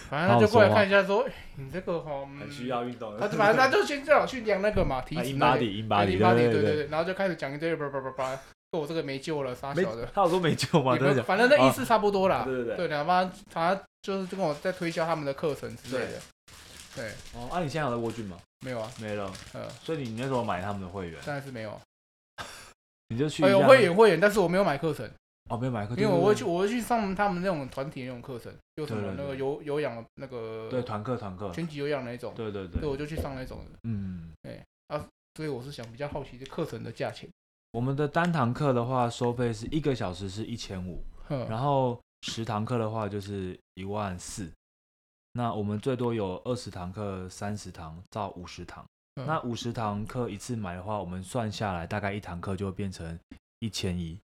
S3: 反正他就过来
S2: 啊
S3: 看一下说，哎你这个哈，嗯。
S2: 运动啊
S3: 他就反
S2: *laughs*
S3: 正他就先最好去量那个嘛，体脂
S2: 英
S3: 那
S2: 巴
S3: 里，
S2: 迪，英巴
S3: 对
S2: 迪，
S3: 零哎八零，
S2: 对
S3: 对对
S2: 对。
S3: 对，然后就开始讲一堆叭叭叭叭，说我这个没救了，傻小
S2: 没
S3: 的，，哦
S2: 他有说没救吗？
S3: 也不
S2: 真的假
S3: 反正那意思差不多啦
S2: 的？，对对对。
S3: 啊对，然后他他就是就跟我在推销他们的课程之类的，对，
S2: 哦，啊，你现在有在沃郡吗？
S3: 没有啊，
S2: 没了，
S3: 呃，
S2: 所以你那时候买他们的会员，
S3: 当然是没有啊，
S2: 你就去一
S3: 哎
S2: 下。
S3: 有会员会员，但是我没有买课程，
S2: 哦，没有买课，
S3: 因为我会去
S2: 对
S3: 我会去上他们那种团体那种课程，有什
S2: 对
S3: 么
S2: 对对
S3: 那个有有氧那个
S2: 对对团课团课，
S3: 拳击有氧那一种，
S2: 对对
S3: 对，我
S2: 对，
S3: 就去上那种的，
S2: 嗯，
S3: 所以我是想比较好奇这课程的价钱，
S2: 我们的单堂课的话，收费是一个小时是一千五，
S3: 哼，
S2: 然后十堂课的话就是一万四。那我们最多有二十堂课、三十堂到五十堂。
S3: 嗯
S2: 那五十堂课一次买的话，我们算下来大概一堂课就会变成一千一。
S3: 嗯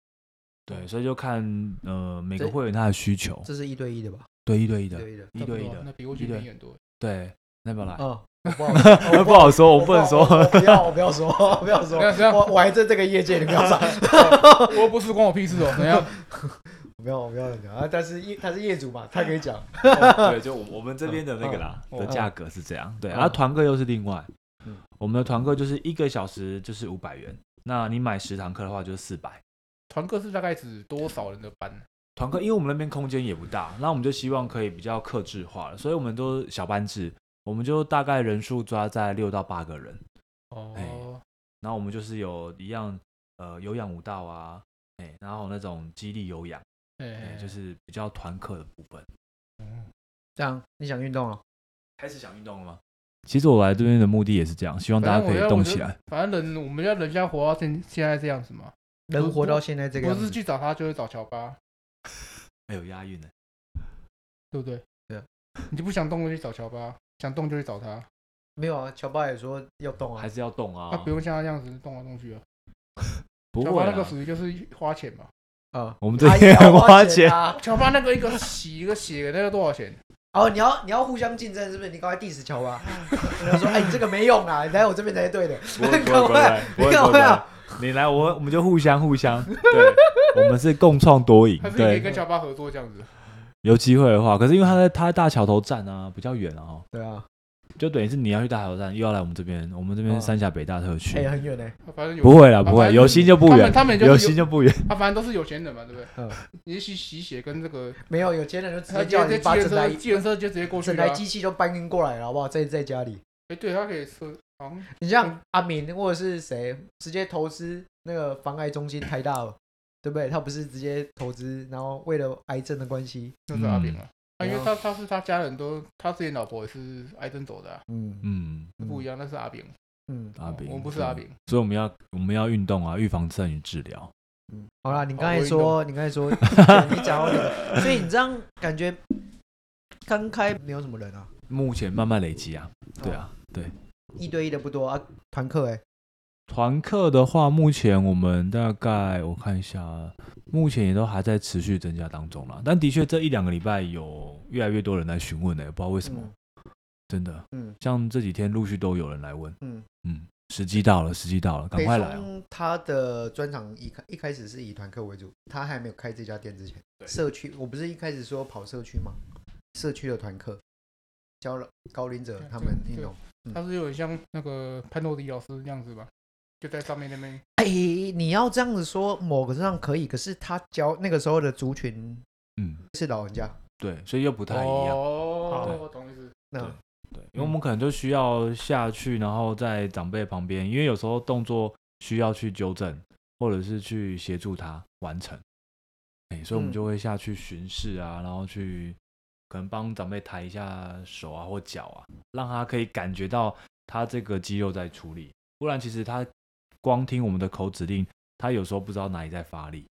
S2: 对，所以就看呃每个
S1: 这
S2: 会员他的需求，
S1: 这是一对一的吧？
S2: 对一对一
S1: 一
S2: 的，
S1: 对一的。
S2: 一对一
S3: 差不多啊那
S2: 的，
S3: 比我觉
S2: 一对
S3: 得很多，
S2: 对，那不来，
S1: 嗯，我不好说
S2: *laughs*
S1: 我
S2: 不好说，我不能说
S1: 我，我不要，我不要说，我不要说
S3: *laughs* 等一下，等一下
S1: 我我还在这个业界，你不要上，
S3: 我又不是关我屁事哦，怎样？
S1: 我不要，我不要讲啊！但是业他是业主嘛，他可以讲。
S2: 对，就我我们这边的那个啦
S3: 嗯
S2: 的
S3: 嗯
S2: 价格是这样，对，
S1: 嗯
S2: 然后团课又是另外
S1: 嗯，
S2: 我们的团课就是一个小时就是五百元，那你买十堂课的话就是四百。
S3: 团课是大概指多少人的班？
S2: 团课，因为我们那边空间也不大，那我们就希望可以比较克制化了，所以我们都是小班制，我们就大概人数抓在六到八个人，哎
S3: 哦，
S2: 然后我们就是有一样呃有氧舞蹈啊，哎、然后那种肌力有氧，哎、
S3: 哎
S2: 就是比较团课的部分。
S1: 这样你想运动了？
S2: 开始想运动了吗？其实我来这边的目的也是这样，希望大家可以动起来。
S3: 反正人我们要人家活到现现在这样子嘛，
S1: 能活到现在这个
S3: 不
S1: 样
S3: 是
S1: 子，
S3: 去找他就是找乔巴，
S2: 哎呦，押韵呢！
S3: 对不对？
S1: 对啊，
S3: 你就不想动就去找乔巴，想动就去找他，
S1: 没有啊？乔巴也说要动啊
S2: 还，是要动啊
S3: 他，不用像他这样子动来动去啊。
S2: 不
S3: 乔
S2: 会
S3: 巴那个
S2: 啊。
S3: 属于就是花钱嘛，
S1: 啊，
S2: 我们这
S1: 他也
S2: 边
S1: 要
S2: 花
S1: 钱
S2: 钱，
S1: 啊！
S3: 乔巴那个一个洗一个血那个多少钱？
S1: 哦，你要你要互相竞争是不是？你赶快 diss 乔 *laughs* 巴，然后说哎，你这个没用啊，你来我这边才是对的。
S2: *laughs*
S3: *laughs*
S2: 不
S1: *laughs*
S2: 会不
S1: 赶
S2: 会不
S1: 快
S2: 会不会
S1: 赶
S2: 不
S1: 快
S2: 会
S1: 啊！
S2: 你来我我们就互相互
S3: *laughs*
S2: 相，对，我们是共创多赢
S3: 还，是你可以
S2: 对，
S3: 跟乔巴合作这样子？
S2: 有机会的话，可是因为他在他在大桥头站啊，比较远啊、哦，
S1: 对啊，
S2: 就等于是你要去大桥站，又要来我们这边，我们这边
S1: 哦
S2: 是三峡北大特区，
S1: 哎，很远呢。
S3: 反正有
S2: 不会啦
S3: 啊
S2: 不
S3: 反
S2: 会，
S3: 正
S2: 有心就不
S3: 他
S2: 远
S3: 们，他们就
S2: 有
S3: 是
S2: 心就
S3: *laughs*
S2: 不远，
S3: 他反正都是有钱人嘛，对不对
S1: 嗯？
S3: 你去洗血跟这个，
S1: 没有有钱人就直
S3: 他
S1: 接
S3: 直
S1: 叫
S3: 接
S1: 你
S3: 接
S1: 把
S3: 计
S1: 整
S3: 程车，
S1: 台
S3: 计程车就直接过去
S1: 整
S3: 了
S1: 台
S3: 啊。
S1: 机器都搬运过来了，好不好？在在家里，
S3: 哎，对，他可以说，好像
S1: 你像阿敏或者是谁，直接投资那个防癌中心台大了。对不对？他不是直接投资，然后为了癌症的关系，
S3: 就是阿扁了。啊，因为
S1: 然后
S3: 他他是他家人都，他自己老婆也是癌症走的、啊，
S1: 嗯
S2: 嗯，
S3: 不一样，那是阿扁，
S1: 嗯
S2: 阿炳，
S3: 哦我们不是阿
S2: 对
S3: 扁，
S2: 所以我们要我们要运动啊，预防胜于治疗。
S1: 嗯，好啦，你刚才
S3: 我运
S1: 说，你刚才说， *laughs* 你讲到你，所以你这样感觉刚开没有什么人啊，
S2: 目前慢慢累积啊，对啊，
S1: 一对一的不多啊，团课哎，
S2: 团课的话，目前我们大概我看一下，目前也都还在持续增加当中啦。但的确这一两个礼拜有越来越多人来询问呢、欸不知道为什么，
S1: 嗯
S2: 真的，
S1: 嗯
S2: 像这几天陆续都有人来问，
S1: 嗯，
S2: 嗯，时机到了，时机到了，赶快来、哦。
S1: 北松他的专场一开一开始是以团课为主，他还没有开这家店之前，
S2: 对
S1: 社区我不是一开始说跑社区吗？社区的团课教了高龄者他们
S3: 对
S1: 运动，嗯
S3: 他是有点像那个潘诺迪老师那样子吧，就在上面那边。
S1: 哎，你要这样子说，某个上可以，可是他教那个时候的族群
S2: 嗯，
S1: 是老人家，
S2: 对，所以又不太一样。
S3: 哦
S2: 对，
S3: 我懂意思。
S1: 那
S2: 对对，因为我们可能就需要下去，然后在长辈旁边，因为有时候动作需要去纠正，或者是去协助他完成。哎、所以我们
S1: 嗯
S2: 就会下去巡视啊，然后去可能帮长辈抬一下手啊或脚啊，让他可以感觉到他这个肌肉在处理。不然其实他光听我们的口指令，他有时候不知道哪里在发力。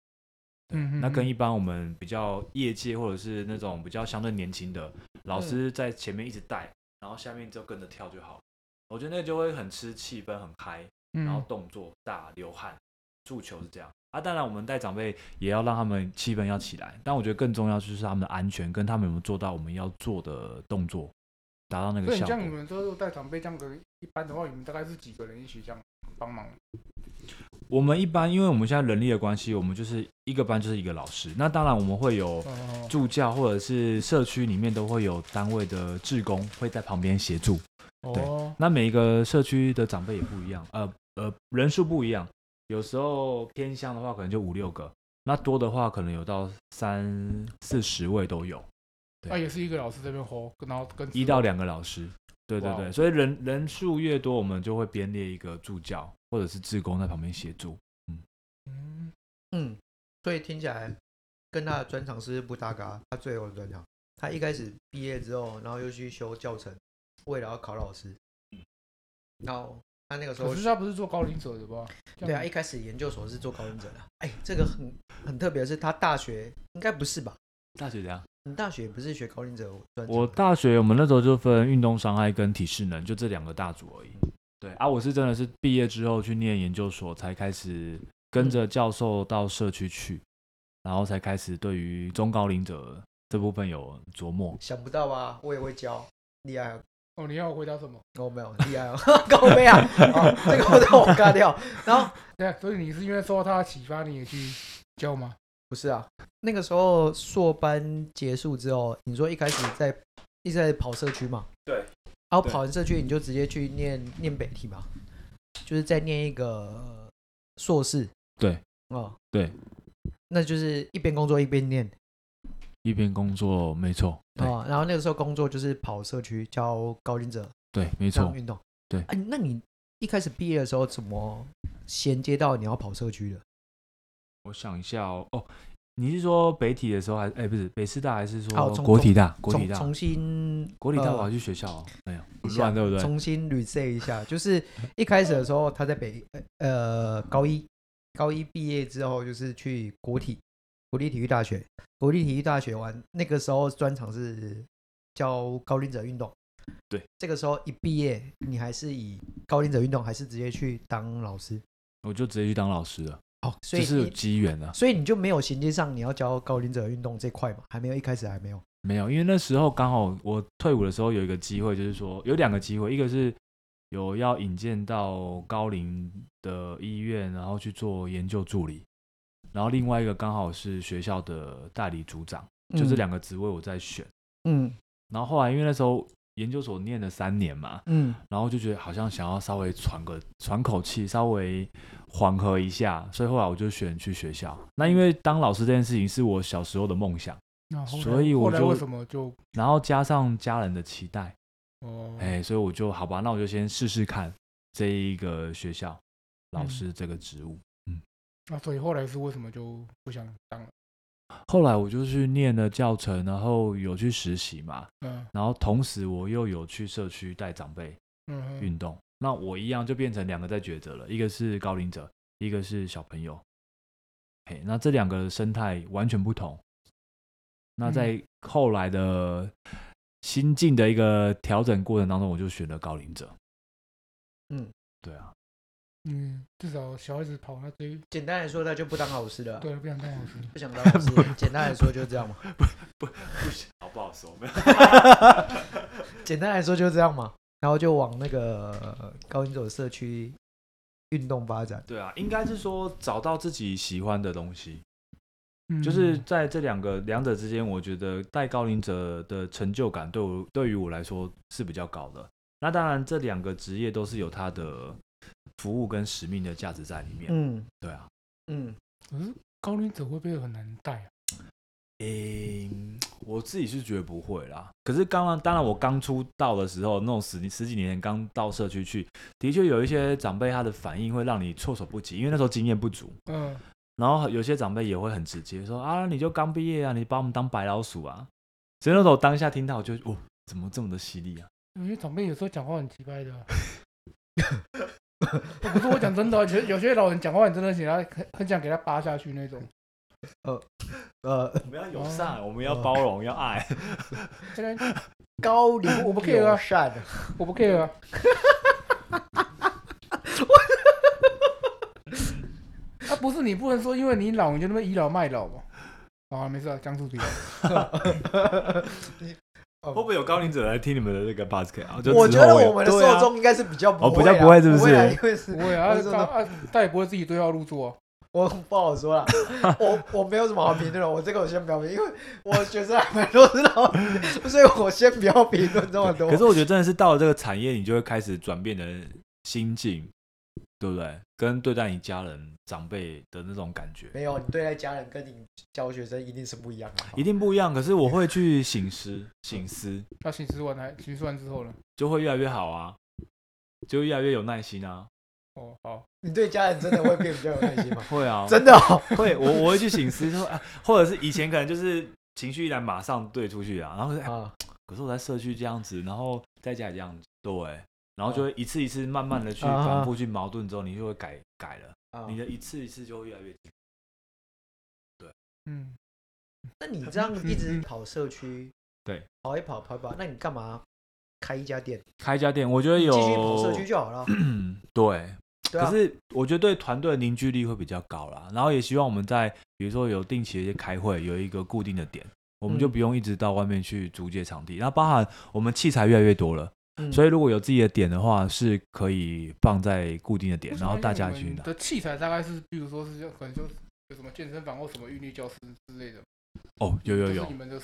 S2: 对
S3: 嗯哼
S2: 那跟
S3: 哼
S2: 一般我们比较业界或者是那种比较相对年轻的
S3: 嗯
S2: 老师在前面一直带，然后下面就跟着跳就好了。我觉得那个就会很吃气氛，很嗨，然后
S3: 嗯，
S2: 动作大，流汗，诉求是这样啊。当然，我们带长辈也要让他们气氛要起来，但我觉得更重要就是他们的安全，跟他们有没有做到我们要做的动作，达到那
S3: 所
S2: 个
S3: 以
S2: 效
S3: 你
S2: 果
S3: 像你。们都是带长辈这样子，一般的话，你们大概是几个人一起这样帮忙？
S2: 我们一般，因为我们现在人力的关系，我们就是一个班就是一个老师。那当然，我们
S1: 嗯
S2: 会有
S3: 哦，
S2: 助教或者是社区里面都会有单位的志工会在旁边协助。对
S3: 哦，
S2: 那每一个社区的长辈也不一样，呃呃，人数不一样，有时候偏乡的话可能就五六个，那多的话可能有到三四十位都有，对
S3: 那啊也是一个老师这边吼，然后跟
S2: 一到两个老师，对对
S3: 哇
S2: 对，
S3: 哦
S2: 所以人人数越多，我们就会编列一个助教或者是志工在旁边协助。
S3: 嗯，
S1: 嗯，所以听起来跟他的专长是不搭嘎。他最后的专长，他一开始毕业之后，然后又去修教程，为了要考老师。
S2: 嗯
S1: 然后他那个时候
S3: 可是，他不是做高龄者的吧？
S1: 对啊，一开始研究所是做高龄者的。哎，这个很很特别，是他大学应该不是吧？
S2: 大学怎样？
S1: 你大学不是学高龄者专长
S2: 我
S1: 的
S2: 大学我们那时候就分运动伤害跟体适能，就这两个大组而已。对啊，我是真的是毕业之后去念研究所，才开始跟
S1: 嗯
S2: 着教授到社区去，然后才开始对于中高龄者这部分有琢磨。
S1: 想不到吧？我也会教，厉害哦！
S3: 哦，你要我回答什么？
S1: 哦，没有厉害哦， *laughs* 高飞啊！哦，这个我让我尬掉。然后
S3: 对啊，所以你是因为受到他的启发，你也去教吗？
S1: 不是啊，那个时候硕班结束之后，你说一开始在一直在跑社区嘛？
S2: 对。
S1: 然后
S2: 对
S1: 跑完社区，你就直接去念念北体嘛，就是再念一个呃硕士。
S2: 对。
S1: 哦。
S2: 对。
S1: 那就是一边工作一边念
S2: 一边工作，没错，对、
S1: 哦，然后那个时候工作就是跑社区教高龄者
S2: 对，没
S1: 这样
S2: 错。
S1: 运动。
S2: 对
S1: 哎，那你一开始毕业的时候怎么衔接到你要跑社区的？
S2: 我想一下哦，哦，你是说北体的时候还哎不是北师大还是
S1: 哦
S2: 说
S1: 从
S2: 国体大？国体
S1: 重
S2: 大
S1: 重，新
S2: 国体大
S1: 呃
S2: 我还去学校哦，没有
S1: 一下
S2: 乱对不对？
S1: 重新 reset 一下， *laughs* 就是一开始的时候他在北呃高一，高一毕业之后就是去国体国立体育大学，国立体育大学玩，那个时候专场是教高龄者运动。
S2: 对，
S1: 这个时候一毕业，你还是以高龄者运动，还是直接去当老师？
S2: 我就直接去当老师了，
S1: 哦，所
S2: 就
S1: 以
S2: 是有
S1: 你
S2: 机缘啊。
S1: 所以你就没有衔接上你要教高龄者运动这块嘛？还没有，一开始还没有。
S2: 没有，因为那时候刚好我退伍的时候有一个机会，就是说有两个机会，一个是有要引荐到高龄的医院，然后去做研究助理，然后另外一个刚好是学校的代理组长，就这两个职位我在选。
S1: 嗯
S2: 然后后来因为那时候研究所念了三年嘛，
S1: 嗯
S2: 然后就觉得好像想要稍微喘个喘口气，稍微缓和一下，所以后来我就选去学校。那因为当老师这件事情是我小时候的梦想，
S3: 那后来
S2: 所以我
S3: 后来
S2: 就
S3: 为什么就
S2: 然后加上家人的期待。
S3: 哦，
S2: 哎、所以我就好吧，那我就先试试看这一个学校老
S3: 嗯
S2: 师这个职务。
S3: 那啊所以后来是为什么就不想当了？
S2: 后来我就去念了教程，然后有去实习嘛，
S3: 嗯
S2: 然后同时我又有去社区带长辈
S3: 嗯哼
S2: 运动。那我一样就变成两个在抉择了，一个是高龄者，一个是小朋友。嘿，那这两个生态完全不同。
S3: 嗯
S2: 那在后来的心境的一个调整过程当中，我就选了高龄者。
S1: 嗯，
S2: 对啊，
S3: 嗯，至少小孩子跑那追，
S1: 简单来说，他就不当老师了啊，
S3: 对，不想当老师。
S1: 不想当
S2: *laughs*
S1: 老师。简单来说就这样嘛，
S2: 好不好说？
S1: 简单来说就这样嘛，然后就往那个呃高龄者社区运动发展。
S2: *laughs* 对啊，应该是说找到自己喜欢的东西。就是
S3: 嗯
S2: 在这两个两者之间，我觉得带高龄者的成就感对我对于我来说是比较高的。那当然，这两个职业都是有它的服务跟使命的价值在里面。
S1: 嗯
S2: 对啊，
S1: 嗯，
S3: 可是高龄者会不会很难带啊？
S2: 诶、我自己是觉得不会啦。可是刚刚当然，我刚出道的时候，那种十十几年前刚到社区去，的确有一些长辈他的反应会让你措手不及，因为那时候经验不足。
S3: 嗯，
S2: 然后有些长辈也会很直接说啊，你就刚毕业啊，你把我们当白老鼠啊。所以那时候当下听到，我就哦，怎么这么的犀利啊？ *laughs*
S3: 因为长辈有时候讲话很奇怪的啊。 *laughs* 不是我讲真的啊，其实有些老人讲话，你真的想他很很想给他扒下去那种。
S1: 呃，
S2: 我们要
S3: 友善
S2: 我们
S1: 要
S2: 要
S1: 包
S2: 包容，要爱。
S1: 哦
S3: 现在
S1: 高
S2: *coughs*
S1: 龄
S3: 我不 care 啊
S1: 友 *laughs* 善，
S3: 我不 care 啊，啊不是你不能说，因为你老你就那么倚老卖老嘛。啊，没事啊，江苏比
S2: *laughs*
S1: 呃
S2: 会不会有高龄者来听你们的这个 basket 啊？就
S1: 我
S2: 之
S1: 觉
S2: 后
S1: 得
S2: 有
S1: 我们的
S2: 对啊
S1: 受众应该是比较不
S2: 哦
S1: 会
S2: 比
S1: 啊
S2: 较不会是不是
S1: 啊因为是
S3: 不会啊，
S1: 我真的
S3: 啊啊他也不会自己对号入座啊。
S1: 我不好说了， *laughs* 我我没有什么好评论，我这个我先不要评，因为我学生还蛮多知道，所以我先不要评论这么多
S2: 可。是我觉得真的是到了这个产业，你就会开始转变的心境，对不对？跟对待你家人、长辈的那种感觉
S1: 没有，你对待家人跟你教学生一定是不一样的。
S2: 一定不一样。可是我会去醒
S1: *laughs*
S2: 思，醒思
S3: 他行尸完还行尸完之后呢？
S2: 就会越来越好啊，就越来越有耐
S1: *laughs*
S2: 心啊。？
S3: 哦，好，
S1: 你对家人真的会变比较有耐心吗
S2: 会啊，
S1: 真的哦，
S2: *laughs* 会，我我会去醒思说，啊，或者是以前可能就是情绪一来马上对出去啊，然后、哎
S1: 啊，
S2: 可是我在社区这样子，然后在家里这样子，对，然后就会一次一次慢慢的去
S1: 啊
S2: 反复去矛盾之后，你就会改改了，
S1: 啊
S2: 你的一次一次就会越来越。
S3: 嗯，
S1: 那你这样一直
S3: 嗯嗯
S1: 跑社区，
S2: 对，
S1: 跑一跑跑一跑，那你干嘛开一家店？
S2: 开一家店，我觉得
S1: 继
S2: 有
S1: 续跑社区就好了。
S2: 嗯，对。
S1: 对啊
S2: 可是我觉得对团队的凝聚力会比较高啦，然后也希望我们在比如说有定期的一些开会，有一个固定的点，我们就
S1: 嗯
S2: 不用一直到外面去租借场地。那包含我们器材越来越多了，
S1: 嗯
S2: 所以如果有自己的点的话，是可以放在固定的点，然后大家
S3: 因为
S2: 去
S3: 你
S2: 拿
S3: 们。的器材大概是，比如说是可能就是有什么健身房或什么韵律教室之类的。
S2: 哦，有有
S3: 就是
S2: 有
S3: 你，们的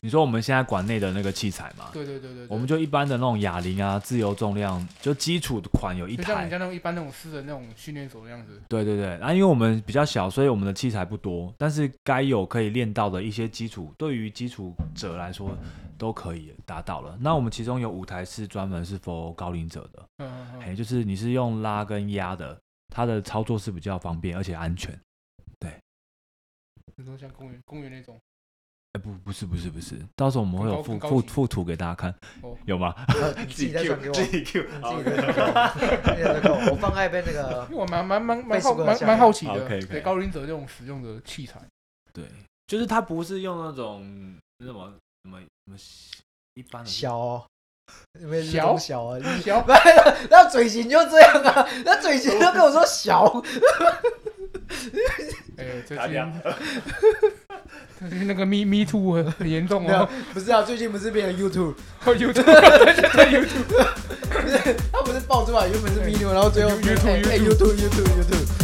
S2: 你说我们现在馆内的那个器材嘛，
S3: 对对对对，对
S2: 我们就一般的那种哑铃啊、自由重量，就基础的款有一
S3: 就像人
S2: 台。
S3: 家那种一般那种私人那种训练所的样子。
S2: 对对对，那、因为我们比较小，所以我们的器材不多，但是该有可以练到的一些基础，对于基础者来说都可以达到了。那我们其中有五台是专门是 for 高龄者的，
S3: 嗯嗯
S2: 哎、
S3: 嗯，
S2: 就是你是用拉跟压的，它的操作是比较方便而且安全。
S3: 你说像公园公园那种，
S2: 哎、不，不是，不是，不是，到时候我们会有
S3: 更
S2: 附
S3: 高
S2: 附
S3: 级
S2: 附图给大家看，
S3: 哦
S2: 有吗？
S1: 呃你自己再转给我，你自己
S2: Q，
S1: 再转给我，你自己再给我，我放在一边那个
S3: 因为我蛮蛮蛮蛮
S1: Facebook
S3: 好蛮
S1: 下面
S3: 蛮好奇
S2: 好
S3: 的，
S2: 可以可以
S3: 对高龄者这种使用的
S2: *laughs*
S3: 器材，
S2: 对，就是它不是用那种那什么什么什么一般的
S1: 小哦，因为是
S3: 小
S1: 中小啊，
S3: 小
S1: 不然那那嘴型就这样啊，那嘴型都跟我说小，
S3: 哎，最
S2: 打
S3: 近
S2: 掉
S3: 最近那个 Me Me Too 很很严重
S1: 没有
S3: 哦， *laughs*
S1: 不是啊，最近不是变成 YouTube，
S3: ，YouTube，YouTube，
S1: 不是，他不是爆出来原本是 Minu，然后最后
S3: YouTube，
S1: 哎哎 YouTube YouTube YouTube，